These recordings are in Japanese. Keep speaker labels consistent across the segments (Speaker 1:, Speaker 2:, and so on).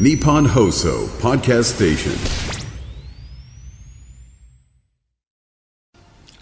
Speaker 1: Nippon Hoso Podcast Station.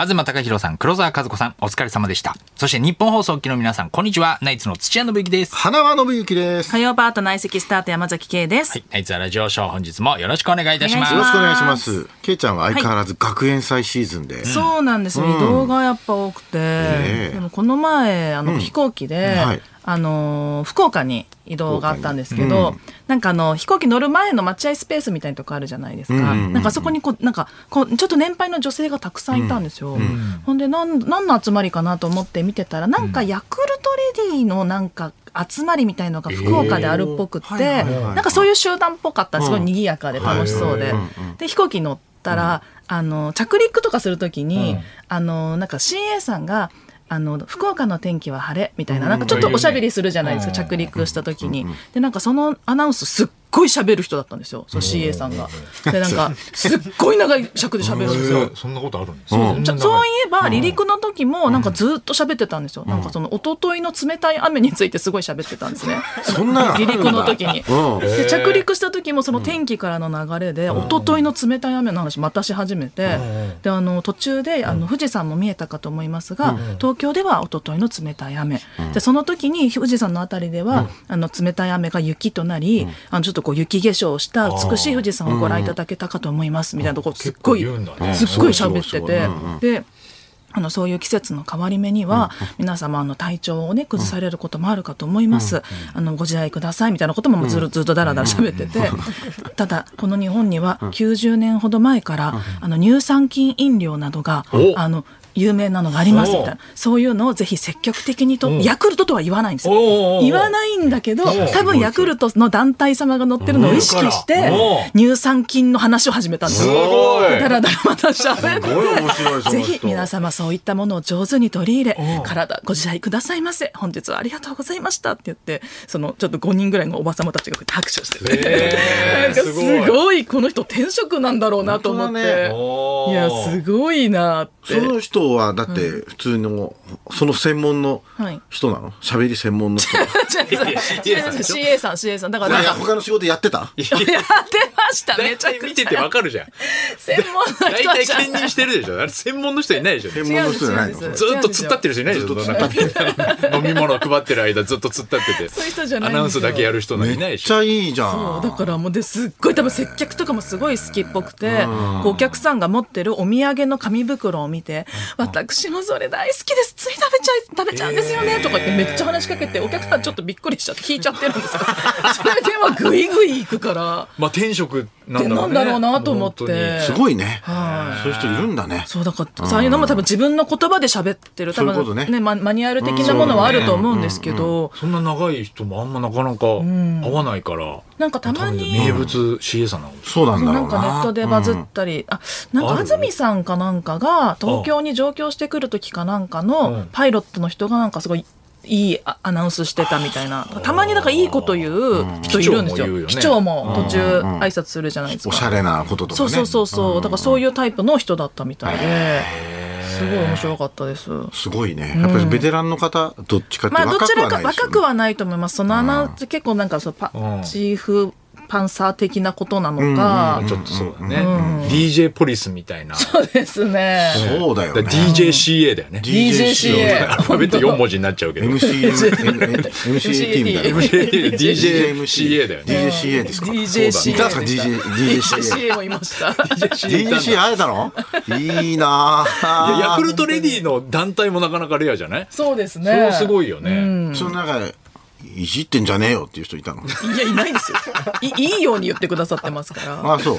Speaker 2: 東貴博さん、黒沢和子さん、お疲れ様でした。そして日本放送機の皆さん、こんにちは。ナイツの土屋信之です。
Speaker 3: 花輪信之です。
Speaker 4: 火曜パート内席スタート山崎圭です、
Speaker 2: はい、ナイツはラジオショー、本日もよろしくお願いいたします。
Speaker 3: よ
Speaker 4: お
Speaker 3: ろ
Speaker 4: 願い
Speaker 3: し
Speaker 4: し
Speaker 3: くお
Speaker 4: ま
Speaker 3: 願いします。けいちゃんは相変わらず学園祭シーズンで。
Speaker 4: そうなんですね、移動がやっぱ多くて、
Speaker 3: ええ
Speaker 4: でもこの前あの飛行機で、
Speaker 3: はい
Speaker 4: あのー福岡に移動があったんですけど、なんかあの飛行機乗る前の待合スペースみたいなとこあるじゃないですか、なんかそこにこうなんかこうちょっと年配の女性がたくさんいたんですよ、ほんでなん何の集まりかなと思って見てたらなんかヤクルトレディのなんか集まりみたいのが福岡であるっぽくって、なんかそういう集団っぽかったすごい賑やかで楽しそうで、で飛行機乗ったら、あの着陸とかするときに、あのなんか CA さんがあの福岡の天気は晴れみたいななんかちょっとおしゃべりするじゃないですか、着陸した時に、でなんかそのアナウンスすっごいしゃべる人だったんですよそう CA さんが。でなん かすっごい長い尺でしゃべるんですよ。
Speaker 5: そんなことあるんです
Speaker 3: う
Speaker 5: よ。
Speaker 3: ん
Speaker 4: ちょそういえば離陸の時もなんかずっと喋ってたんですよ、なんかその一昨日の冷たい雨についてすごい喋ってたんですね
Speaker 3: そんなのある ん
Speaker 4: 離
Speaker 3: だ
Speaker 4: 陸の時に
Speaker 3: うん。
Speaker 4: で着陸した時もその天気からの流れで、一昨日の冷たい雨の話またし始めて、であの途中であの富士山も見えたかと思いますが、東京では一昨日の冷たい雨、でその時に富士山のあたりでは、あの冷たい雨が雪となり、あのちょっとこう雪化粧をした美しい富士山をご覧いただけたかと思います、みたいなとこすっごい、
Speaker 5: 結構言うんだね
Speaker 4: すっごい喋ってて、
Speaker 3: うん
Speaker 4: であのそういう季節の変わり目には、皆様あの体調をね崩されることもあるかと思います、あのご自愛くださいみたいなこともずるずっとだらだら喋ってて、ただこの日本には90年ほど前から、あの乳酸菌飲料などが、あの有名なのがありますみたいなそういうのをぜひ積極的にと、ヤクルトとは言わないんですよ
Speaker 5: おうおうおう
Speaker 4: 言わないんだけど多分ヤクルトの団体様が乗ってるのを意識して
Speaker 5: う
Speaker 4: 乳酸菌の話を始めたんですよ。
Speaker 5: ごい
Speaker 4: だらだらまた喋って
Speaker 3: すごい面白いその人
Speaker 4: ぜひ皆様そういったものを上手に取り入れ体ご自愛くださいませ本日はありがとうございましたって言ってそのちょっと5人ぐらいのおばさまたちがこうやって拍手をしてて、なんかすごいこの人転職なんだろうなと思って、
Speaker 5: おー
Speaker 4: いやすごいなって
Speaker 3: その人は、だって、普通の、その専門の
Speaker 4: はい
Speaker 3: 人なの喋り専門の 人。い
Speaker 4: CA さん CA さんだから
Speaker 3: や
Speaker 4: ないん
Speaker 3: や、
Speaker 4: か
Speaker 3: 他の仕事やってた
Speaker 4: やってましため
Speaker 5: 大
Speaker 4: ちゃ
Speaker 5: 体
Speaker 4: く
Speaker 5: 見
Speaker 4: ち
Speaker 5: ててわ
Speaker 4: ゃ
Speaker 5: かるじゃん。
Speaker 4: 専門の
Speaker 5: 大
Speaker 4: 人
Speaker 5: 体
Speaker 4: じゃない
Speaker 5: 兼任してるでしょ。あれ専門の人いないでしょ。
Speaker 3: 専門の人じゃないの
Speaker 4: 違うんです
Speaker 5: ずっと突っ立ってる人いないでしょ。そんな飲み物配ってる間ずっと突っ立って
Speaker 4: そういう人じ
Speaker 5: て。
Speaker 4: ゃ
Speaker 5: ア
Speaker 4: ないんですよ
Speaker 5: ナウンスだけやる人なんていない
Speaker 3: めっ
Speaker 5: で
Speaker 3: ち
Speaker 5: しょ。
Speaker 3: ゃいいじゃ。
Speaker 4: そうんだからもうですっごい多分接客とかもすごい好きっぽくて、こうお客さんが持ってるお土産の紙袋を見て「私もそれ大好きですつい食べちゃい食べちゃうんですよね」とか言ってめっちゃ話しかけてお客さんちょっとびっくりしちゃって聞いちゃってるんですよ それではグイグイ行くから
Speaker 5: まあ転職な
Speaker 4: で
Speaker 5: んだ
Speaker 4: な
Speaker 5: ろうんね。
Speaker 4: だろうなと思っ
Speaker 5: 本当に
Speaker 4: て。
Speaker 3: すごいね。
Speaker 4: はい
Speaker 3: そういう人いるんだね。
Speaker 4: そうだから、そういうのも多分自分の言葉で喋ってる、多
Speaker 3: そういうこと
Speaker 4: 分
Speaker 3: ね
Speaker 4: ねマ、マニュアル的なものはあると思うんですけど、
Speaker 5: そんな長い人もあんまなかなか会わないから。
Speaker 4: なんかたまに、
Speaker 5: 名物 CA さんなの。
Speaker 3: そうなんだ
Speaker 4: な
Speaker 3: ろうん
Speaker 4: かネット
Speaker 3: な。
Speaker 4: でバズったり、あなんか
Speaker 5: ある
Speaker 4: 安住さんかなんかが東京に上京してくる時かなんか
Speaker 5: う
Speaker 4: の
Speaker 5: ん
Speaker 4: パイロットの人がなんかすごいいいあアナウンスしてたみたいなたまにだからいいこと言う人いるんですよ
Speaker 5: うん
Speaker 4: 市
Speaker 5: 市
Speaker 4: 長
Speaker 5: 長
Speaker 4: も途中挨拶するじゃないです
Speaker 3: お
Speaker 4: か
Speaker 3: しゃれなこととか
Speaker 4: そ
Speaker 3: ね。
Speaker 4: うそうそうそうだからそういうタイプの人だったみたいですごい面白かったです
Speaker 3: すごいね。やっぱりベテランの方、どっちかって
Speaker 4: まあど
Speaker 3: 若
Speaker 4: ち
Speaker 3: く
Speaker 4: ら
Speaker 3: はな
Speaker 4: か
Speaker 3: いですよ
Speaker 4: 若
Speaker 3: ね
Speaker 4: くはないと思いますそのアナウンス結構なんかそのパ
Speaker 5: うん
Speaker 4: チーフパンサー的なことなのか
Speaker 5: ちょっとそうだね。DJ ポリスみたいな。
Speaker 4: そうですね
Speaker 3: そうだよね。
Speaker 5: DJCA だよね。
Speaker 4: DJCA
Speaker 5: アルファベット4文字になっちゃうけど。
Speaker 3: MCMCAT みたいな。
Speaker 5: DJCA だよね。
Speaker 3: DJCA ですか
Speaker 4: DJCA
Speaker 3: いたか
Speaker 4: でした
Speaker 3: DJCA。
Speaker 4: DJCA もいました。
Speaker 3: DJCA 会えたのいいなぁ。
Speaker 5: ヤクルトレディの団体もなかなかレアじゃない
Speaker 4: そうです
Speaker 5: それ
Speaker 4: ね。
Speaker 5: はすごいよね。
Speaker 3: その中で、いじってんじゃねえよっていう人いたの。
Speaker 4: いや、いないですよ。いいいように言ってくださってますから。
Speaker 3: ああ、そう。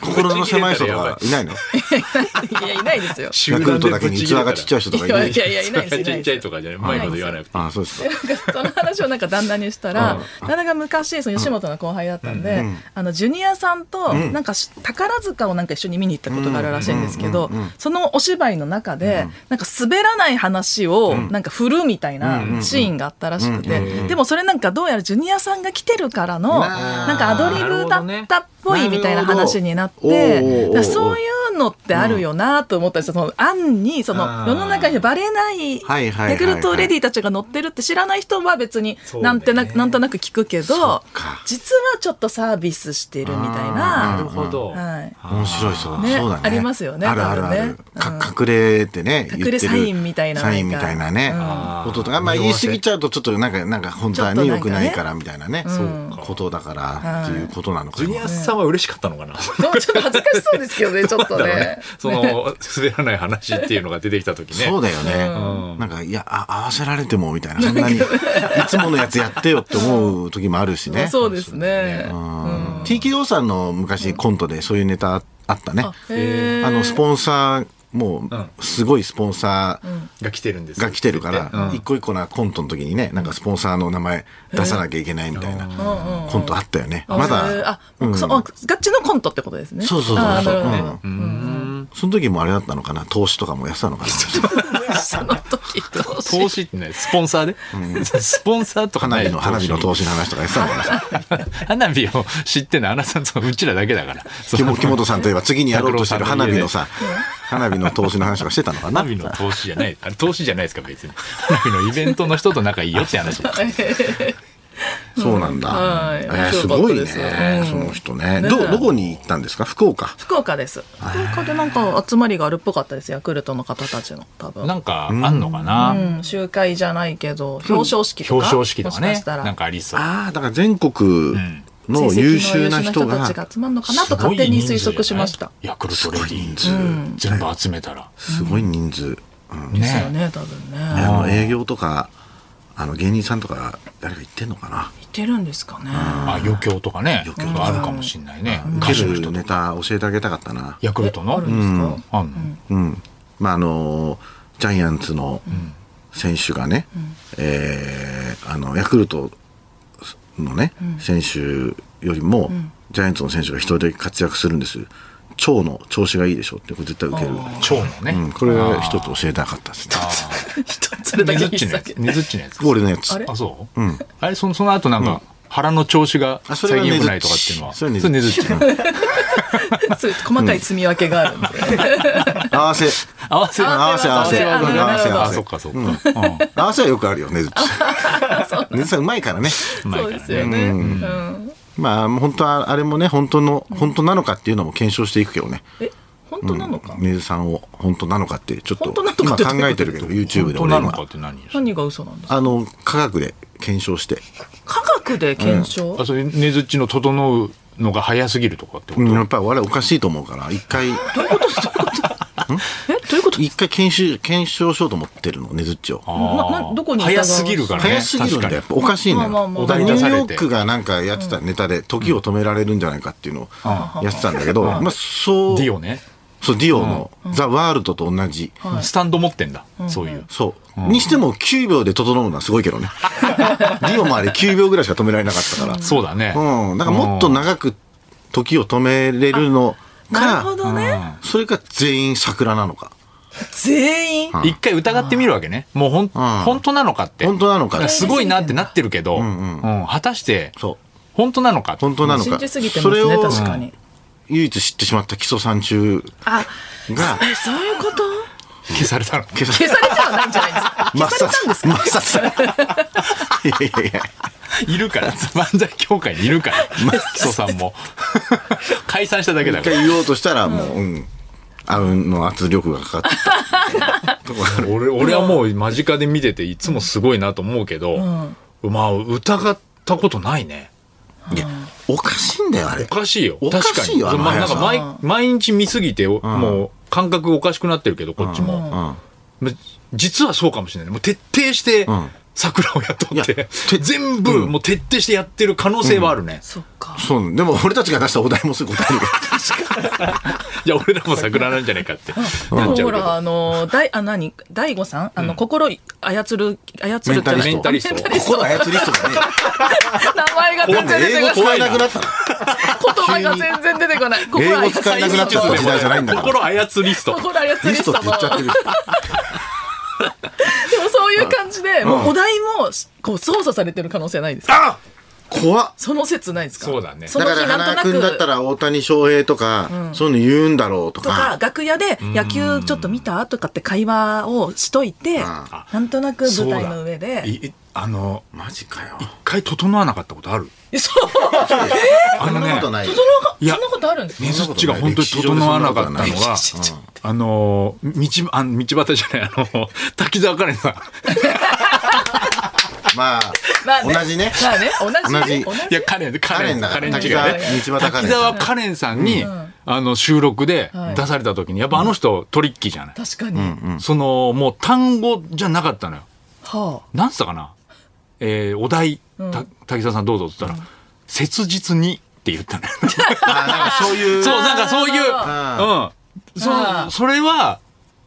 Speaker 3: 心の狭い人とかいないの
Speaker 4: いや、いないですよ。
Speaker 3: ヤ
Speaker 5: 集
Speaker 3: クル
Speaker 5: 団
Speaker 3: ト
Speaker 5: で
Speaker 3: だけ
Speaker 5: ぶ
Speaker 3: に
Speaker 5: ち
Speaker 3: 器
Speaker 5: 切れた
Speaker 3: が
Speaker 5: ら
Speaker 3: ちっちゃい人とかい
Speaker 4: い
Speaker 3: な
Speaker 4: や
Speaker 3: い
Speaker 4: い。や、いやいないです。い
Speaker 5: ち
Speaker 4: な
Speaker 5: っ
Speaker 4: い
Speaker 5: ちゃ
Speaker 4: で
Speaker 5: い
Speaker 4: す
Speaker 5: とかじゃない。うまいこと言わなくて。
Speaker 3: ああ、そうですか。
Speaker 4: その話をなんか旦那にしたら、旦那が昔、その吉本の後輩だったんで、あの、ジュニアさんと、なんかし宝塚をなんか一緒に見に行ったことがあるらしいんですけど、そのお芝居の中で、なんか滑らない話を、なんか振るみたいなシーンがあったらしくて、でもそれなんかどうやらジュニアさんが来てるからの、なんかアドリブだったっぽいみたいな話になっ
Speaker 3: なるほど
Speaker 4: て、
Speaker 3: ね
Speaker 4: だからそういうんのってあるよなと思ったんですよその案にそ
Speaker 5: あ
Speaker 4: の
Speaker 5: ー
Speaker 4: 世の中にバレない
Speaker 3: はいはいはいはい
Speaker 4: ヤクルトレディたちが乗ってるって知らない人は別に
Speaker 5: そうね
Speaker 4: なんてな,、なんとなく聞くけど
Speaker 3: か
Speaker 4: 実はちょっとサービスしてるみたい
Speaker 5: なる
Speaker 4: な。
Speaker 5: ほど。
Speaker 4: はい
Speaker 3: 面白いそうだ、
Speaker 4: ね
Speaker 3: そうだね
Speaker 4: ありますよね
Speaker 3: あるあるある、
Speaker 4: 多分ね
Speaker 3: か隠れってね
Speaker 4: 隠れ
Speaker 3: 言ってる
Speaker 4: サインみたいななん
Speaker 3: サ
Speaker 4: か
Speaker 3: インみたいなね、
Speaker 5: うん
Speaker 3: こととかまあ言い過ぎちゃうとちょっとなんかなんか本当はね
Speaker 4: ちょ
Speaker 3: 良
Speaker 4: っと
Speaker 3: くな
Speaker 4: なんかね
Speaker 3: いからみたいなね、
Speaker 5: うん
Speaker 3: ことだからっていうことなのか
Speaker 5: ジュ
Speaker 3: な、
Speaker 5: ニアさんは嬉しかったのかな。
Speaker 4: でもちょっと恥ずかしそうですけどね、ちょっとね。
Speaker 5: その滑らない話っていうのが出てきた時ね。
Speaker 3: そうだよね、なんかいやあ合わせられてもみたいなそんなにいつものやつやってよって思う時もあるしね
Speaker 4: そうですね。
Speaker 3: うん TKO さんの昔コントでそういうネタあったね、
Speaker 4: へー
Speaker 3: あのスポンサーもうすごいスポンサー、
Speaker 5: が来てるんです。
Speaker 3: が来てるから、
Speaker 5: うん
Speaker 3: 一個一個なコントの時にね、なんかスポンサーの名前出さなきゃいけないみたいなコントあったよね。
Speaker 4: あ
Speaker 3: ま
Speaker 4: へーあ
Speaker 3: だ、、うん
Speaker 4: そあガチのコントってことですね。
Speaker 3: そうそうそうそう
Speaker 4: あなるほど
Speaker 3: うんその時もあれだったのかな、投資とかもやってた のかな。
Speaker 4: その時どうしよ
Speaker 5: 投資ってね、スポンサーで、スポンサーとかな
Speaker 3: 花
Speaker 5: い
Speaker 3: 火の、花火の投
Speaker 5: 資。
Speaker 3: 資の話とかやってたのかな。
Speaker 5: 花火を知ってんのは、あなたとうちらだけだから。
Speaker 3: 木本木本さんといえば次にやろうとしてる花火のさ、花火の投資の話とかしてたのかな
Speaker 5: 花。火の投資じゃない、あれ投資じゃないですか、別に。花火のイベントの人と仲いいよって話。
Speaker 3: そうなんだ。
Speaker 4: は
Speaker 3: え
Speaker 4: い
Speaker 3: ーすごいね
Speaker 4: 面白かったで、す
Speaker 3: その人ね。
Speaker 4: ね
Speaker 3: ど、どこに行ったんですか福岡
Speaker 4: う。福岡です。福岡でなんか集まりがあるっぽかったです、ヤクルトの方たちの、多分。
Speaker 5: なんか、あんのかな
Speaker 4: うん、集会じゃないけど、表彰式とか。
Speaker 5: 表彰式とか
Speaker 4: もし
Speaker 5: ね
Speaker 4: し。たら
Speaker 5: なんかありそう。
Speaker 3: ああ、だから全国の優秀な人
Speaker 4: 成績の優秀な人たち
Speaker 3: が
Speaker 4: が、集まるのかなと勝手に推測しました。
Speaker 5: ヤクルトレディー
Speaker 3: すごい人
Speaker 5: 全部集めたら。
Speaker 3: すごい人数。うん
Speaker 4: ですよ
Speaker 5: ね。
Speaker 4: ね、多分
Speaker 3: あの
Speaker 4: ね。
Speaker 3: 営業とかあの芸人さんとか誰か言ってんのかな
Speaker 4: 似てるんですかね。
Speaker 5: あ、余興とかね。
Speaker 3: 興とか
Speaker 5: あるかもしんないね。
Speaker 3: 受
Speaker 5: 歌手
Speaker 3: け
Speaker 5: の
Speaker 3: る
Speaker 5: 人
Speaker 3: ネタ教えてあげたかったな
Speaker 5: ヤクルトの
Speaker 4: あるんですか、
Speaker 5: あんの
Speaker 3: うんまああのジャイアンツの選手がね、えーあのヤクルトのね、選手よりも、ジャイアンツの選手が一人で活躍するんです腸の調子がいいでしょってこれ絶対受ける、
Speaker 5: 蝶のね。
Speaker 3: うん、これが一つ教えたかったですね
Speaker 4: 一 つそれだ
Speaker 5: ね
Speaker 4: け
Speaker 5: ずっ
Speaker 4: 引っ
Speaker 5: ち
Speaker 4: 提
Speaker 5: のやつ。
Speaker 4: げ
Speaker 5: ねずっちのやつ。
Speaker 3: 俺のやつ
Speaker 4: あれ
Speaker 5: あ、そううん。あれ、その、その後なんか、腹の調子が
Speaker 3: あそれは
Speaker 5: 最近
Speaker 3: ね
Speaker 5: 良くないとかっていうのは。
Speaker 3: それはね
Speaker 5: ね
Speaker 3: ず
Speaker 5: ず
Speaker 3: っ
Speaker 5: っ
Speaker 3: ち
Speaker 5: ち。
Speaker 4: そういう細かい積み分けがあるんで。
Speaker 3: 合わせ
Speaker 5: 合わせ
Speaker 3: 合わせ合わせ
Speaker 4: 合わせ
Speaker 3: 合わせ合
Speaker 5: あ、
Speaker 3: わ
Speaker 5: そっ
Speaker 3: せ
Speaker 5: かそっか。うん
Speaker 3: 合わせはよくあるよねずっちねずっちさんうまいからね
Speaker 5: 前
Speaker 4: そう
Speaker 5: か
Speaker 4: です
Speaker 5: ら
Speaker 4: よ
Speaker 5: ね。
Speaker 4: ね。うん
Speaker 3: まあ、本当は、あれもね、本当の、本当なのかっていうのも検証していくけどね。
Speaker 4: え、本当なのか、
Speaker 3: 水さんを本当なのかって、ちょっと
Speaker 4: 本当な、のか
Speaker 3: 今
Speaker 4: ってどういうこと
Speaker 3: 考えてるけど、YouTube
Speaker 5: 本
Speaker 3: で
Speaker 5: 当
Speaker 3: 俺
Speaker 5: なのか
Speaker 3: 今
Speaker 5: っ、て何
Speaker 4: 何が嘘なんですか
Speaker 3: あの、科学で検証して、
Speaker 4: 科学で検証、
Speaker 5: あ、それ、ねずっちの整うのが早すぎるとかってこ
Speaker 3: う
Speaker 5: と
Speaker 3: んやっぱり我々おかしいと思うから、一回、
Speaker 4: え、どういうこと
Speaker 3: 一回研修、検証しようと思ってるの、ねずっちを。
Speaker 5: あー
Speaker 4: ななどこに疑わ
Speaker 5: 早
Speaker 4: しい
Speaker 5: すぎるからね。
Speaker 3: 早すぎるんだよ、やっぱ
Speaker 5: 確
Speaker 3: おかしいのよ。
Speaker 4: まあまあまあ
Speaker 3: だから
Speaker 5: お題
Speaker 3: ニュー
Speaker 5: 出されて
Speaker 3: ヨークがなんかやってたネタで、時を止められるんじゃないかっていうのをやってたんだけど、まあ、そう、
Speaker 5: かにディオね。
Speaker 3: そう、ディオの、ザ・ワールドと同じ。
Speaker 5: スタンド持ってんだ。そういう。
Speaker 3: そう、にしても9秒で整うのはすごいけ どね。リオまで9秒ぐらいしか止められなかったから。
Speaker 5: そうだね。
Speaker 3: うん。だからもっと長く時を止めれるの
Speaker 4: なるほ
Speaker 3: か、
Speaker 4: どね。
Speaker 3: それか全員桜なのか。
Speaker 4: 全員。
Speaker 3: ん
Speaker 5: 一回疑ってみるわけね。もうほん、本当なのかって。
Speaker 3: 本当なのかって
Speaker 5: すごいなってなってるけど、うん果たして、
Speaker 3: そう。
Speaker 5: 本当なのかって
Speaker 3: 本当なの
Speaker 4: 信
Speaker 3: か。
Speaker 4: じすぎて
Speaker 3: そ
Speaker 4: ま
Speaker 3: れ
Speaker 4: すね、
Speaker 3: を
Speaker 4: 確かに。
Speaker 3: 唯一知ってしまった基礎三中
Speaker 4: あ、
Speaker 3: が、
Speaker 4: え、そういうこと
Speaker 5: 消されたの。
Speaker 3: 消さ
Speaker 4: 消されてはないんじゃないで すか。
Speaker 3: 抹殺。抹殺。いやいやいや。
Speaker 5: いるから、漫才協会にい るから、クソさんも。 解散しただけだ
Speaker 3: 一
Speaker 5: か
Speaker 3: 回言おうとしたら、もう、うん。あうんの圧力がかかってた。
Speaker 5: ら。俺、俺はもう間近で見てて、いつもすごいなと思うけど、まあ、疑ったことないね。
Speaker 3: いや、おかしいんだよ、あれ
Speaker 5: お。かしいよ。
Speaker 3: おかしいよ
Speaker 5: 確
Speaker 3: あ
Speaker 5: かに
Speaker 3: の
Speaker 5: まあなんか毎毎日見すぎて、おもう感覚おかしくなってるけど、こっちも。ま実はそうかもしれない。もう徹底して
Speaker 3: ん、
Speaker 5: 桜をやっとっ
Speaker 3: いや
Speaker 5: て、全部、もう徹底してやってる可能性はあるね。
Speaker 4: そっか。
Speaker 3: そう、でも俺たちが出したお題もすぐ答える から。
Speaker 5: じゃあ俺らも桜なんじゃないかって。
Speaker 4: で
Speaker 5: なっ
Speaker 4: も
Speaker 5: ちゃう
Speaker 4: ほ
Speaker 5: けど
Speaker 4: ら、あの、だい、あ、何、大悟さん、あの、心操る、操るっていうの
Speaker 5: メンタリスト
Speaker 4: メンタ
Speaker 3: 心操り人がね、
Speaker 4: 名前が全然
Speaker 3: 英
Speaker 4: 出て
Speaker 3: 語
Speaker 4: こ
Speaker 3: 使
Speaker 4: ない。
Speaker 3: えなくなったの。
Speaker 4: 言葉が全然出てこない。
Speaker 3: 急に
Speaker 4: 心操
Speaker 3: 英語使えなくなっちゃった時代じゃないんだから
Speaker 5: 心操りスト。
Speaker 4: 心操
Speaker 3: リ
Speaker 4: り
Speaker 3: ス
Speaker 4: し
Speaker 3: ト
Speaker 4: た
Speaker 3: って言っちゃってる。
Speaker 4: でもそういう感じで、もうお題もこう操作されてる可能性ないですか
Speaker 5: あ
Speaker 3: 怖っ
Speaker 4: その説ないですか
Speaker 5: そうだね
Speaker 4: そ
Speaker 3: だ
Speaker 4: の
Speaker 3: か
Speaker 4: 日
Speaker 3: ら
Speaker 4: なん
Speaker 3: 花
Speaker 4: と
Speaker 3: 君だ
Speaker 4: な
Speaker 3: った
Speaker 4: く
Speaker 3: ら大谷翔平とか、そういうの言うんだろうと
Speaker 4: とか
Speaker 3: か
Speaker 4: 楽屋で野球ちょっと見たとかって会話をしといて
Speaker 3: あ
Speaker 4: なんとなく舞台の上で
Speaker 5: いいあの
Speaker 3: マジかよ
Speaker 5: 一回整わなかったことある
Speaker 4: えそう
Speaker 3: そんなことないよ
Speaker 5: いや
Speaker 4: そんなことあるんですか
Speaker 5: ねずっちが本当に整わなかったの
Speaker 3: 歴史上
Speaker 5: は
Speaker 3: でそんなことは、
Speaker 5: あの、道、あ道端じゃない、あの、滝沢カレンさん。
Speaker 3: まあ
Speaker 4: まあね
Speaker 3: 同じね
Speaker 4: まあね同じね
Speaker 3: 同じ
Speaker 5: いや、カレン、カレン、
Speaker 3: だ
Speaker 5: カレン
Speaker 3: 滝
Speaker 5: 違う
Speaker 3: 沢
Speaker 5: ね。
Speaker 3: 道端カレンさ
Speaker 5: 滝沢
Speaker 3: ん
Speaker 5: カレンさんに、あの、収録で
Speaker 4: はい
Speaker 5: 出された時に、やっぱあの人トリッキーじゃない。
Speaker 4: 確かに
Speaker 5: その、もう単語じゃなかったのよ。
Speaker 4: はあ
Speaker 5: なんつったかなえーお題、
Speaker 4: ん
Speaker 5: た滝沢さんどうぞって言ったら、切実にって 言ったのよ。
Speaker 3: あなんかそういう
Speaker 5: そう、なんかそういう、
Speaker 3: あ
Speaker 5: うん。そ
Speaker 4: あー
Speaker 5: う、それは、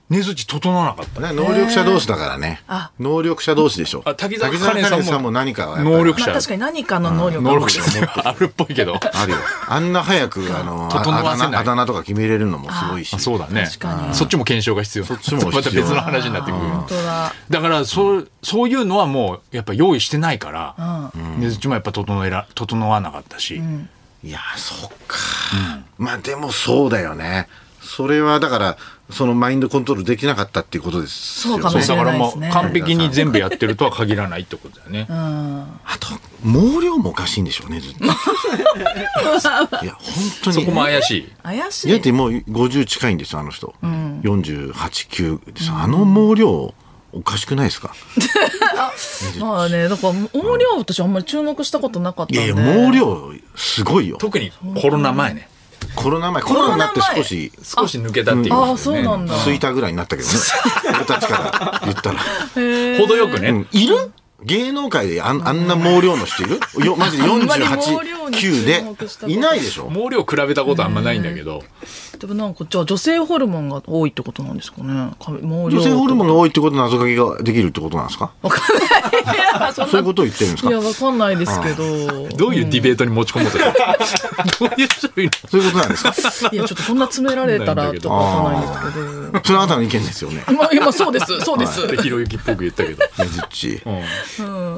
Speaker 5: 根づち整わなかった。
Speaker 3: ね能力者同士だからね
Speaker 4: あ
Speaker 3: 能力者同士でしょ
Speaker 5: あ滝沢カレンさんも
Speaker 3: 滝沢何かはやっぱり
Speaker 5: 能力
Speaker 4: まあ確かに何かの能力を
Speaker 5: 能力者で はあるっぽいけど。
Speaker 3: あるよあんな早くあのあ
Speaker 5: 整わせ
Speaker 3: あだ
Speaker 5: ない
Speaker 3: 名あだ名とか決めれるのもすごいし
Speaker 5: あそうだね
Speaker 4: 確かに
Speaker 5: そっちも検証が必要
Speaker 3: そっちも必要
Speaker 5: また別の話になってくる
Speaker 4: 本当だ
Speaker 5: だからそうそういうのはもうやっぱ用意してないから根づちもやっぱ整えら整わなかったし
Speaker 3: いやーそっか、まあでもそうだよねそれはだからそのマインドコントロールできなかったっていうことですよ
Speaker 4: そうかも
Speaker 5: そう
Speaker 4: しれ
Speaker 5: だ
Speaker 4: な
Speaker 5: か
Speaker 4: い
Speaker 5: らも
Speaker 4: そう
Speaker 5: う
Speaker 4: ですね
Speaker 5: 完璧に全部やってるとは限らないってことだよね
Speaker 3: あと毛量もおかしいんでしょうねずっといや本当に
Speaker 5: そこも怪しい
Speaker 4: 怪し
Speaker 3: いや
Speaker 4: い
Speaker 3: ってもう50近いんですよあの人、489ですあの毛量おかしくないですか、
Speaker 4: まあねだから毛量私あんまり注目したことなかったん
Speaker 3: い
Speaker 4: で
Speaker 3: やいや毛量すごいよ
Speaker 5: 特にコロナ前ね
Speaker 3: コロナ前コロナになって
Speaker 4: コロナ前
Speaker 3: 少し
Speaker 5: 少し抜けたっていう
Speaker 4: あ
Speaker 5: こ
Speaker 4: あ
Speaker 5: と
Speaker 4: そう
Speaker 5: だよ
Speaker 4: な
Speaker 5: ね
Speaker 4: んだ
Speaker 3: 過ぎたぐらいにな ったけどね俺たちから言ったら
Speaker 5: 程よく
Speaker 3: う
Speaker 5: ね
Speaker 3: んいる芸能界であんあんな毛量の人い るよマジで
Speaker 4: あんまり毛量
Speaker 3: 48、9
Speaker 4: に注目したこと
Speaker 3: で。いないでしょ
Speaker 5: 毛量比べたことあんまないんだけど
Speaker 4: でもなんかじゃあ女性ホルモンが多いってことなんですかねか毛量
Speaker 3: 女性ホルモン
Speaker 4: ン
Speaker 3: が多いってことの謎かけができるってことなんですか
Speaker 4: いやそんな
Speaker 3: そういうことを言ってるんです
Speaker 4: いや
Speaker 3: か
Speaker 4: わかんないですけど
Speaker 5: どういうディベートに持ち込もうとしてる どういう種類の
Speaker 3: そういうことなんですかそ
Speaker 4: いやちょっとそんな詰められたらとかわかんないですけど
Speaker 3: れはあなたの意見ですよね。
Speaker 4: 今今そうですそうです、
Speaker 5: ってひろゆきっぽく言ったけど
Speaker 3: ねずっち。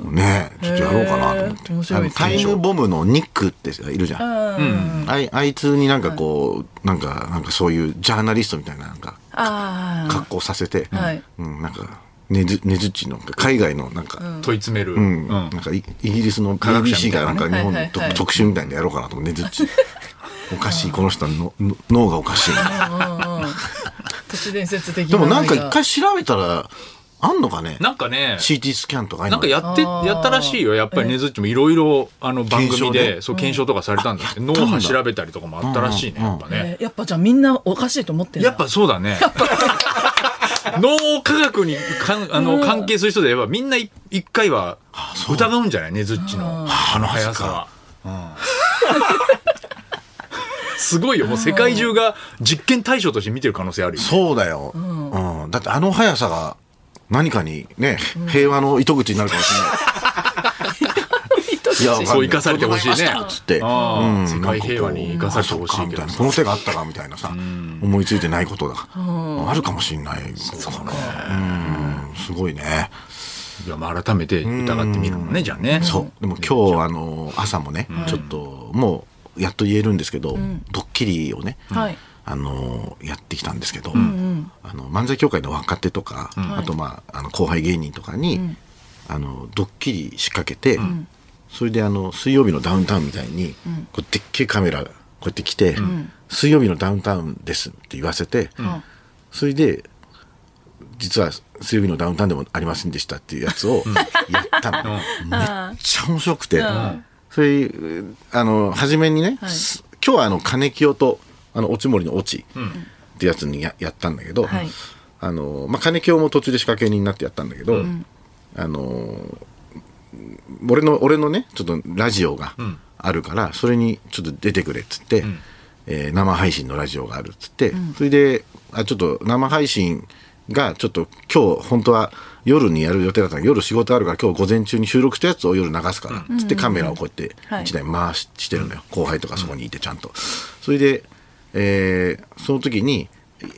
Speaker 3: ねえちょっとやろうかなと思って
Speaker 4: へえ
Speaker 3: あの
Speaker 4: 面。白いですね
Speaker 3: タイムボムのニックっているじゃん。あいあいつになんかこう、なんか、なんかそういうジャーナリストみたいななんか
Speaker 4: ああ
Speaker 3: 格好させて、
Speaker 4: はい
Speaker 3: うん、なんか、ねず、ねずっちのなんか海外のなんか、
Speaker 5: 問い詰める、
Speaker 3: うんなんかイイギリスの科学者がなんか日本
Speaker 4: はいはいは
Speaker 3: の
Speaker 4: い
Speaker 3: 特集みたいなのやろうかなと思ってずっ ちおかしいこの人のの脳がおかしいな
Speaker 4: 都市伝説的
Speaker 3: で
Speaker 4: な
Speaker 3: もなんか
Speaker 4: の
Speaker 3: 一
Speaker 4: が
Speaker 3: 回調べたらあんのかね
Speaker 5: なんかね
Speaker 3: CT スキャンとかああいう
Speaker 5: な
Speaker 3: の
Speaker 5: んかやって
Speaker 4: あー
Speaker 5: やったらしいよやっぱりねずっちもいろいろあの番組
Speaker 3: 検証
Speaker 5: で
Speaker 3: ね
Speaker 5: そう検証とかされたんだけ
Speaker 3: あや
Speaker 5: ど
Speaker 3: った
Speaker 5: 脳
Speaker 3: んだ
Speaker 5: 波調べたりとかもあったらしいねやっぱね
Speaker 4: えーやっぱじゃあみんなおかしいと思ってる
Speaker 5: やっぱそうだね 脳科学にかんあの関係する人で言えばみんな一一回は疑うんじゃないねずっちのあの速さは。うん すごいよもう世界中が実験対象として見てる可能性あるよ
Speaker 3: そうだよ、うんだってあの速さが何かにね平和の糸口になるかもしれない いやわかんない
Speaker 5: そう生かされてほしいね
Speaker 3: 整いまたつって
Speaker 5: あー
Speaker 3: な
Speaker 5: 世界
Speaker 3: んかこう
Speaker 5: 平和に生かされてほしいけ
Speaker 3: あそっか
Speaker 5: ど
Speaker 3: みたなこの手があったかみたいなさ思いついてないことだあるかもしれないそうかうんすごいね
Speaker 5: いやまあ改めて疑ってみるもんねじゃあね
Speaker 3: そうでも今日あの朝もねちょっともうやっと言えるんですけどドッキリをね
Speaker 4: はい
Speaker 3: あのやってきたんですけど、あの漫才協会の若手とか、あと、まあ、あの後輩芸人とかに、あのドッキリ仕掛けて、それであの水曜日のダウンタウンみたいに、こうでっけえカメラこうやって来て、水曜日のダウンタウンです」って言わせて、それで実は水曜日のダウンタウンでもありませんでしたっていうやつをやったの、めっちゃ面白くて、それえーあの初めにね、す今日はあの金清とあの落ち森の落ちってやつにややったんだけど、
Speaker 4: はい
Speaker 3: あのまあ、金清も途中で仕掛け人になってやったんだけど、あの俺の俺のねちょっとラジオがあるから、それにちょっと出てくれっつって、えー生配信のラジオがあるっつって、それであちょっと生配信がちょっと今日本当は夜にやる予定だったんだけど夜仕事あるから今日午前中に収録したやつを夜流すからっつってカメラをこうやって
Speaker 4: はい
Speaker 3: 1台回ししてるのよ後輩とかそこにいてちゃんと。それで、えーその時に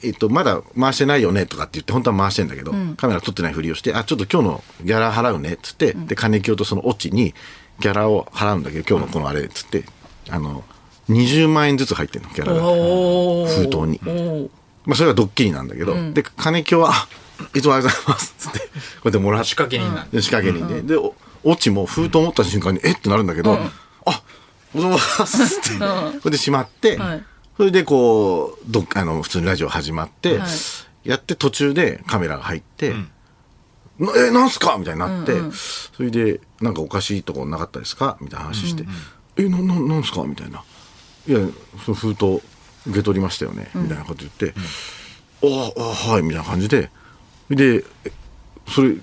Speaker 3: えっと、まだ回してないよねとかって言って本当は回してんだけど、カメラ撮ってないふりをして「あちょっと今日のギャラ払うね」っつって、で金清とそのオチにギャラを払うんだけど、今日のこのあれっつって、あの、20万円ずつ入ってんの、ギャラが。
Speaker 4: おー
Speaker 3: 封筒に
Speaker 4: おー
Speaker 3: まあ、それはドッキリなんだけど、で、金木は、あいつもありがとうございますっつって、こうやってもらって。
Speaker 5: 仕掛け人なんで
Speaker 3: で仕掛け人で、でおオチも封筒持った瞬間に、えってなるんだけど、あおどうもますって、それでしまって、
Speaker 4: はい
Speaker 3: それでこうどっあの普通にラジオ始まって、
Speaker 4: はい
Speaker 3: やって途中でカメラが入って「なえなんすか?」みたいになって、それで「なんかおかしいとこなかったですか?」みたいな話して「えなななんすか?」みたいな「いやその封筒受け取りましたよね」みたいなこと言って「あああはい」みたいな感じででえそれ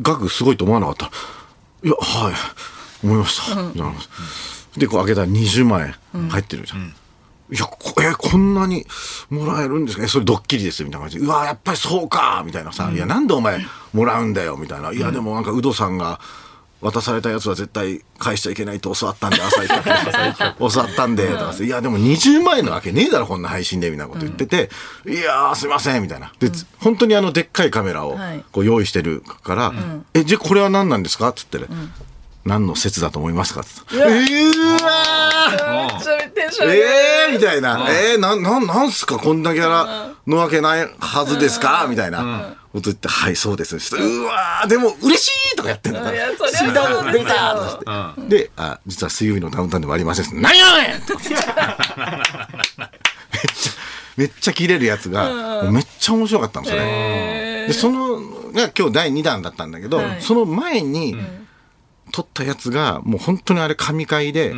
Speaker 3: 額すごいと思わなかったら「いやはい思いました」みたいな話でこう開けたら20万円入ってるじゃんいや、こえ、こんなにもらえるんですかえ、それドッキリですみたいな感じで。うわ、やっぱりそうかみたいなさ、いや、なんでお前もらうんだよみたいな。いや、でもなんか、ウドさんが渡されたやつは絶対返しちゃいけないと教わったんで、朝一から教わったんで、とかさいや、でも20万円なわけねえだろ、こんな配信で、みたいなこと言ってて、いやー、すいません、みたいな。で、本当にあの、でっかいカメラを
Speaker 4: はい
Speaker 3: こう用意してるから、え、じゃあこれは何なんですかって言ったら、何の説だと思いますかって言ったらうわー
Speaker 4: めっちゃテンション上がる
Speaker 3: えーみたいな、えー、なん、なん、なんすか、こんなギャラのわけないはずですか、みたいなこと言って、はい、そうです。そしたらうわー、でも嬉しいとかやってんだか
Speaker 4: い
Speaker 3: ら
Speaker 4: や、そりゃそうだよ
Speaker 3: 出たとかして。で、あ、実は水曜日のダウンタウンでもありませんっつって。何やねんとか言ってめっちゃ、めっちゃ切れるやつが、もうめっちゃ面白かったんですよね。で、その、が今日第2弾だったんだけど、
Speaker 4: はい
Speaker 3: その前に、撮ったやつが、もう本当にあれ神回で、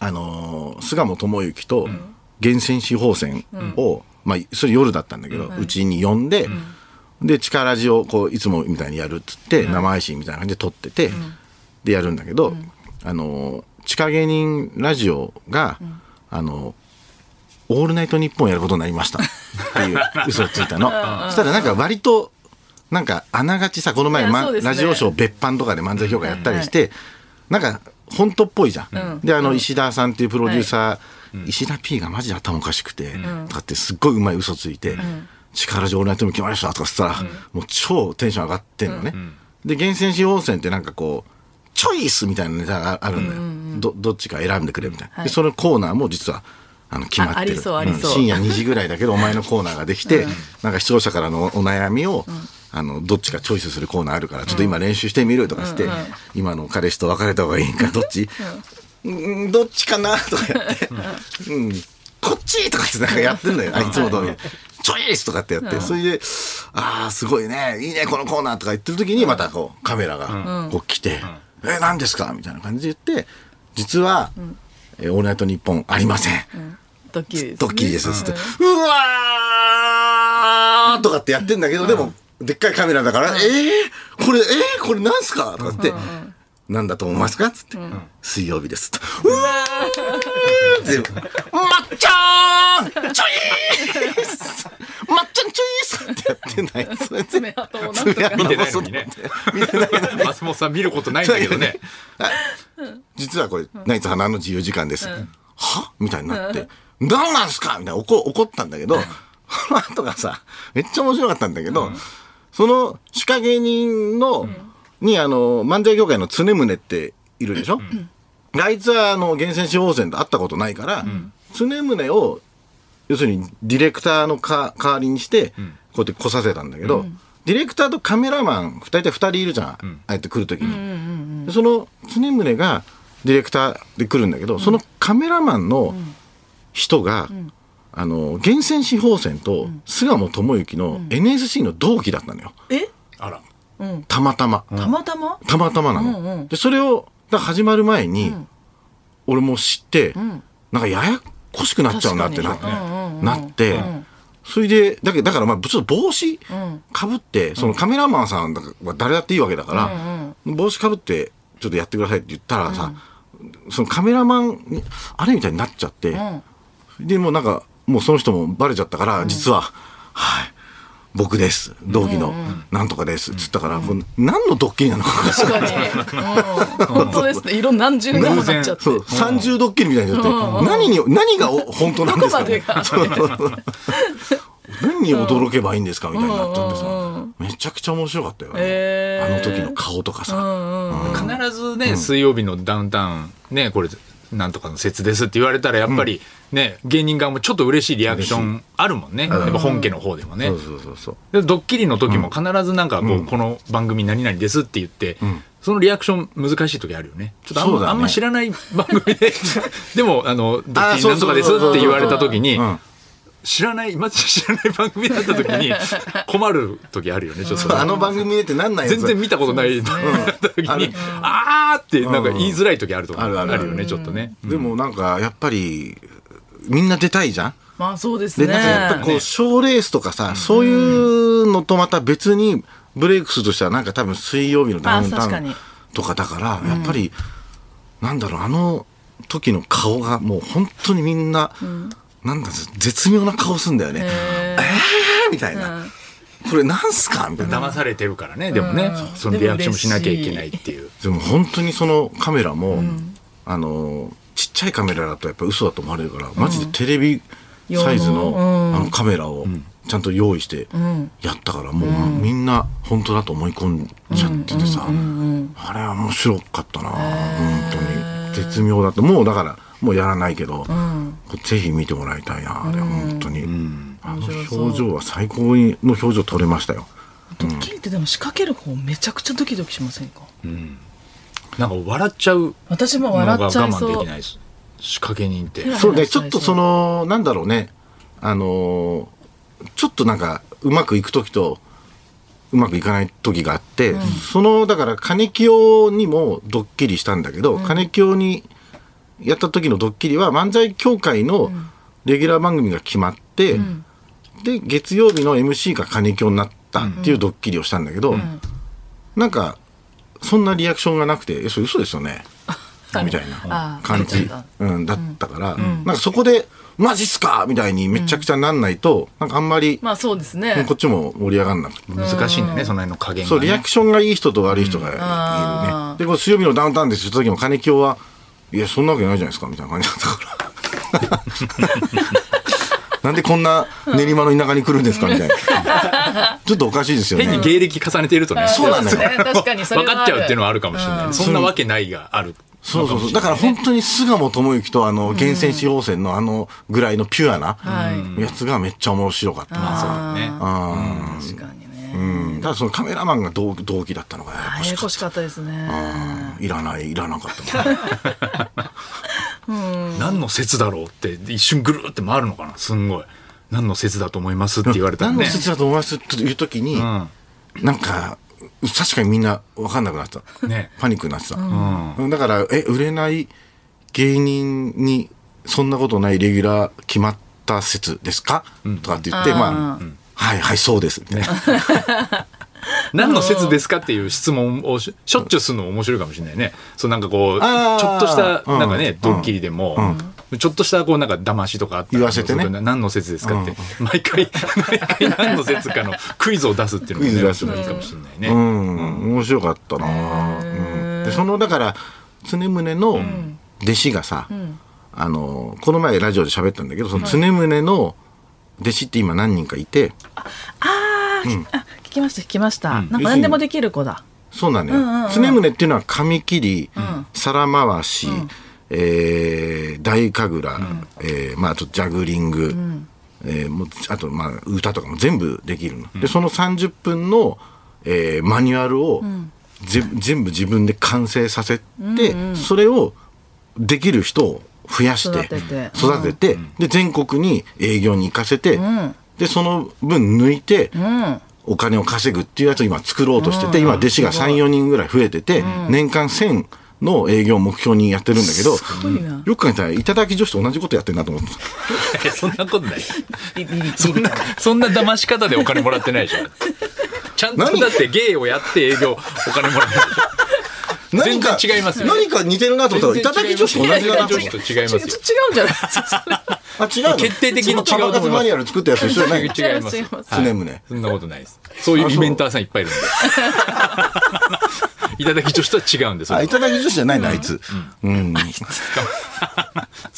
Speaker 3: あのー菅野智之と源泉司法船を、まあ、それ夜だったんだけどうち、に呼んで、で力ラジをこういつもみたいにやるっつって、生配信みたいな感じで撮ってて、でやるんだけど、あのー地下芸人ラジオが、あのーオールナイトニッポンやることになりましたっていう嘘をついたの。そしたらなんか割となんかあながちさこの前、
Speaker 4: いや
Speaker 3: ま
Speaker 4: そうですね
Speaker 3: ラジオショー別版とかで漫才評価やったりして、なんか本当っぽいじゃん。であの石田さんっていうプロデューサー、石田 P がマジで頭おかしくて、とかってすっごいうまい嘘ついて、力上オールナイトニッポン決まりましたとかしたら、もう超テンション上がってんのね。で厳選し温泉ってなんかこうチョイスみたいなネタがあるのよ、どどっちか選んでくれみたいな、
Speaker 4: はい
Speaker 3: でそのコーナーも実はあの決まってる
Speaker 4: あありそうんありそう
Speaker 3: 深夜2時ぐらいだけどお前のコーナーができて、なんか視聴者からのお悩みを、あのどっちかチョイスするコーナーあるからちょっと今練習してみるとかして、今の彼氏と別れた方がいいんかどっち、うん、どっちかなとかやって、うん、こっちとかってなんかやってんだよ。あいつも通り。チョイスとかってやって、それで、ああ、すごいね、いいね、このコーナーとか言ってる時に、またこう、カメラがこう来て、え、何ですかみたいな感じで言って、実は、えーオールナイトニッポンありません。
Speaker 4: ドッキリですね。
Speaker 3: ドッキリです。つって、うわーとかってやってんだけど、でも、でっかいカメラだから、えー、これ、えー、これなんすかとかって、なんだと思いますかつって、水曜日です。うわーって、まっちゃーんちょいーすまっちゃんちょいーすってやってない。それで
Speaker 4: 爪痕をなんとか。
Speaker 5: 見てないのにね
Speaker 3: 見てないのに。
Speaker 5: 松本さん見ることないんだけどね。
Speaker 3: あ実はこれ、ナイツ花の自由時間です。はみたいになって、何なんすかみたいな怒怒ったんだけど、その後がさ、めっちゃ面白かったんだけど、その仕掛け人の、にあの、漫才業界の常宗っているでしょ、であいつはあの、厳選司法選と会ったことないから、常宗を要するにディレクターのか代わりにして、こうやって来させたんだけど、ディレクターとカメラマン、大体2人いるじゃん、ああやって来るときに、でその常宗がディレクターで来るんだけど、そのカメラマンの人が、あの厳選司法選と菅野智之の NSC の同期だったのよ、
Speaker 4: え
Speaker 5: あら。
Speaker 3: たまたま。
Speaker 4: たまたま
Speaker 3: たまたまなの。
Speaker 4: うんうん
Speaker 3: でそれをだから始まる前に、俺も知って、なんかややこしくなっちゃうなってな,、
Speaker 4: 確かにうんうんうん
Speaker 3: なって、それでだけどだからまあちょっと帽子かぶって、そのカメラマンさんは誰だっていいわけだから、帽子かぶってちょっとやってくださいって言ったらさ、そのカメラマンにあれみたいになっちゃって。
Speaker 4: ん
Speaker 3: でもうなんかもうその人もバレちゃったから、実は「はい僕です同期のなんとかです」っつったから、これ何のドッキリなのかが
Speaker 4: 確かに。うん本当ですね。色何重にもなっちゃって。
Speaker 3: そう30ドッキリみたいになって、何に何がお本当なんですか、ね、
Speaker 4: どこまでが
Speaker 3: そうそうそう何に驚けばいいんですかみたいになっちゃってさ、めちゃくちゃ面白かったよ、
Speaker 4: へー
Speaker 3: あの時の顔とかさ、
Speaker 5: 必ずね、水曜日のダウンタウン、ね、これ、なんとかの説ですって言われたら、やっぱりね、芸人側もちょっと嬉しいリアクションあるもんね。やっぱ本家の方でもね
Speaker 3: そ。うそうそうそう
Speaker 5: でドッキリの時も必ずなんかこう、この番組何々ですって言って、そのリアクション難しい時あるよね。ちょっとあん,、
Speaker 3: そうだね
Speaker 5: あんま知らない番組 で、でも、あの、ドッキリなんとかですって言われた時に、知らない、まず知らない番組だった 時に、困る時あるよね、ちょっ と。
Speaker 3: あの番組でってなんないや
Speaker 5: 全
Speaker 3: つ
Speaker 5: 然見たことない時に、あーってなんか言いづらい時あるとか、
Speaker 3: あるある
Speaker 5: あるよね、ちょっとね。
Speaker 3: でもなんかやっぱりみんな出たいじゃん
Speaker 4: まあそうです
Speaker 3: で
Speaker 4: ね。
Speaker 3: なんかやっぱこう賞レースとかさ、そういうのとまた別にブレイクするとしたらなんか多分水曜日のダウン
Speaker 4: あ
Speaker 3: タ
Speaker 4: 確
Speaker 3: ウ
Speaker 4: かに
Speaker 3: ンとかだからやっぱり、なんだろうあの時の顔がもう本当にみんな、なんだ絶妙な顔すんだよね。えー、 みたいな、これなんすかみたいな。
Speaker 5: 騙されてるからね、でもね、そのリアクションもしなきゃいけないっていう。
Speaker 3: でも本当にそのカメラも、あのちっちゃいカメラだとやっぱ嘘だと思われるからマジでテレビサイズの,、
Speaker 4: 用のうん
Speaker 3: あのカメラをちゃんと用意してやったから、もううみんな本当だと思い込んじゃっててさ、あれは面白かったな、本当に絶妙だってもうだからもうやらないけど、ぜひ見てもらいたいなあれ本当に、あの表情は最高にの表情撮れましたよ。
Speaker 4: ドッキリってでも仕掛ける方めちゃくちゃドキドキしませんか
Speaker 5: なんか笑っちゃう
Speaker 4: 私も
Speaker 5: のが
Speaker 4: 笑
Speaker 5: 我
Speaker 4: っちゃいそ
Speaker 5: 慢で
Speaker 4: う
Speaker 5: きないです。仕掛け人って。
Speaker 3: そうね、ちょっとその、なんだろうね、あのーちょっとなんか、うまくいく時と、うまくいかない時があって、その、だから、金清にもドッキリしたんだけど、金清にやった時のドッキリは、漫才協会のレギュラー番組が決まって、で、月曜日の MC が金清になったっていうドッキリをしたんだけど、なんか、そんなリアクションがなくて、え、それ嘘ですよ ね。みたい
Speaker 4: あ
Speaker 3: な
Speaker 4: ー
Speaker 3: 感
Speaker 4: あー
Speaker 3: じ
Speaker 4: ちょっと、
Speaker 3: うん、だったから、なんかそこで「マジっすか!」みたいにめちゃくちゃなんないと、なんかあんまり、
Speaker 4: まあそうですね
Speaker 3: こっちも盛り上がんなくて、
Speaker 5: 難しいんだよね、その辺の加減がね。
Speaker 3: そうリアクションがいい人と悪い人がいるね、
Speaker 4: あー
Speaker 3: でこう水曜日のダウンタウンでした時も金清は「いやそんなわけないじゃないですか」みたいな感じだったからなんでこんな練馬の田舎に来るんですかみたいなちょっとおかしいですよね
Speaker 5: 変に芸歴重ねているとね。
Speaker 3: そうなのよ
Speaker 4: ですね確かにそれ
Speaker 5: 分
Speaker 4: は
Speaker 5: かっ
Speaker 4: あ
Speaker 5: ち
Speaker 4: る
Speaker 5: ゃうっていうのはあるかもしれないね。そんなわけないがある。
Speaker 3: そうそうそう。だから本当に巣鴨智之とあの、厳選地方選のあのぐらいのピュアな
Speaker 4: はい
Speaker 3: やつがめっちゃ面白かったな。
Speaker 5: そうね。
Speaker 3: あ
Speaker 4: 確かにね、
Speaker 3: ーうん。ただそのカメラマンが同同期だったのがやや
Speaker 4: あ
Speaker 3: こ
Speaker 4: や
Speaker 3: し
Speaker 4: や
Speaker 3: か
Speaker 4: こ
Speaker 3: っ
Speaker 4: しかったですね
Speaker 3: た。いらない、いらなか ったもん。
Speaker 5: 何の説だろうって、一瞬ぐるーって回るのかな、すんごい。何の説だと思いますって言われたら
Speaker 3: 何
Speaker 5: ね
Speaker 3: の。説だと思いますっていう時に、なんか、確かにみんな分かんなくなってた。
Speaker 5: ね
Speaker 3: パニックになってた。だから、え、売れない芸人に、そんなことないレギュラー決まった説ですか、とかって言って、まあ、はいはい、そうです。みたいな
Speaker 5: 何の説ですかっていう質問をししょっちゅうするのも面白いかもしれないね。そうなんかこう、ち
Speaker 3: あー
Speaker 5: ょっとした、なんかね、
Speaker 3: うん
Speaker 5: ドッキリでも、ちょっとしたこうなんか騙しとかあったら
Speaker 3: 言わせてね
Speaker 5: そういうこと何の説ですかって、毎回、毎回何の説かのクイズを出すっていうのも、ね、
Speaker 3: クイズ出す
Speaker 5: 面白いかもしれないうね。
Speaker 3: ん、面白かったな、うん、でそのだから常宗の弟子がさ、あのこの前ラジオで喋ったんだけどその常宗の弟子って今何人かいて、
Speaker 4: あー、あ聞きました聞きました、なんか何でもできる子だ
Speaker 3: そうなのよ、常宗っていうのは髪切り、皿回し、えー大神楽、えーまあ、あとジャグリング、えーもうあと、まあ、歌とかも全部できるの、でその30分の、えーマニュアルを、ぜ全部自分で完成させて、それをできる人を増やして
Speaker 4: 育てて
Speaker 3: 育ててで全国に営業に行かせて、でその分抜いて、
Speaker 4: うん
Speaker 3: お金を稼ぐっていうやつを今作ろうとしてて、今弟子が3、4人ぐらい増えてて、年間1000の営業を目標にやってるんだけど、
Speaker 4: ごいな
Speaker 3: よく考えたら、頂き女子と同じことやってんなと思ってた。
Speaker 5: い やそんなことない。
Speaker 4: ビビビ
Speaker 5: そんな、そんな騙し方でお金もらってないでしょ。ちゃんと
Speaker 3: 何
Speaker 5: だって芸をやって営業、お金もらって ない。全然違いますよ
Speaker 3: 何か似てるなと思ったら、頂き女子と同じだなと思っ
Speaker 5: ちょ
Speaker 3: て。
Speaker 5: っと違います
Speaker 4: ちょ
Speaker 5: よ
Speaker 4: っと違うんじゃないですか
Speaker 3: あ、違うの
Speaker 5: 決定的に違うと
Speaker 3: そ
Speaker 5: 思
Speaker 3: の
Speaker 5: いま
Speaker 3: パパ
Speaker 5: す。
Speaker 3: 活マニュアル作ったやつ一緒じゃない
Speaker 5: 違います。
Speaker 4: 違います
Speaker 5: はい
Speaker 3: 常宗
Speaker 5: そんなことないです。そういうイベンターさんいっぱいい るんで。いただき女子とは違うんです。そ
Speaker 3: あ、
Speaker 5: れは
Speaker 3: 頂き女子じゃないな、あいつ。うん。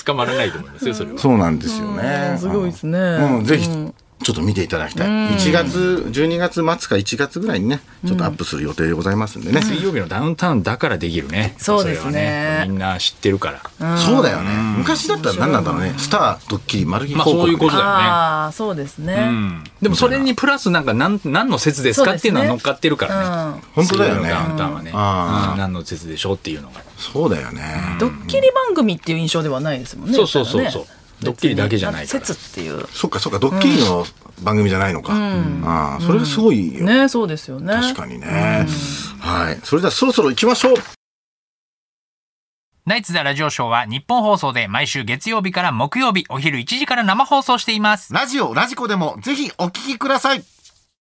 Speaker 5: 捕まらないと思いますよ、それは。
Speaker 3: そうなんですよね。
Speaker 4: すごいですね、
Speaker 3: うん、ぜひ、ちょっと見ていただきたい。1月、12月末か1月ぐらいにね、ちょっとアップする予定でございますんでね。
Speaker 5: 水曜日のダウンタウンだからできるね。
Speaker 4: そうですね
Speaker 5: れはみんな知ってるから。
Speaker 3: そうだよね。昔だったら何なんだろうね。スター、ドッキリ、丸木
Speaker 5: まあ
Speaker 3: 広告
Speaker 5: そういうことだよね
Speaker 4: ああ、そうですね。
Speaker 5: うんでもそれにプラスなんか何何の説ですかっていうのは乗っかってるからね。
Speaker 3: 本当だよね
Speaker 5: 水曜日のダウンタウンはね。うん
Speaker 3: あ
Speaker 5: 何の説でしょうっていうのが。
Speaker 3: そうだよね。
Speaker 4: ドッキリ番組っていう印象ではないですもんね。
Speaker 5: そうそうそうそ
Speaker 4: だ
Speaker 5: う
Speaker 4: からね
Speaker 5: ドッキリだけじゃないから
Speaker 4: 説っていう。
Speaker 3: そっかそっか、ドッキリの番組じゃないのか。ああ、それがすごいよ。
Speaker 4: ね、そうですよね。
Speaker 3: 確かにね。はい。それではそろそろ行きましょう
Speaker 2: ナイツザラジオショーは日本放送で毎週月曜日から木曜日お昼1時から生放送しています。
Speaker 3: ラジオ、ラジコでもぜひお聞きください。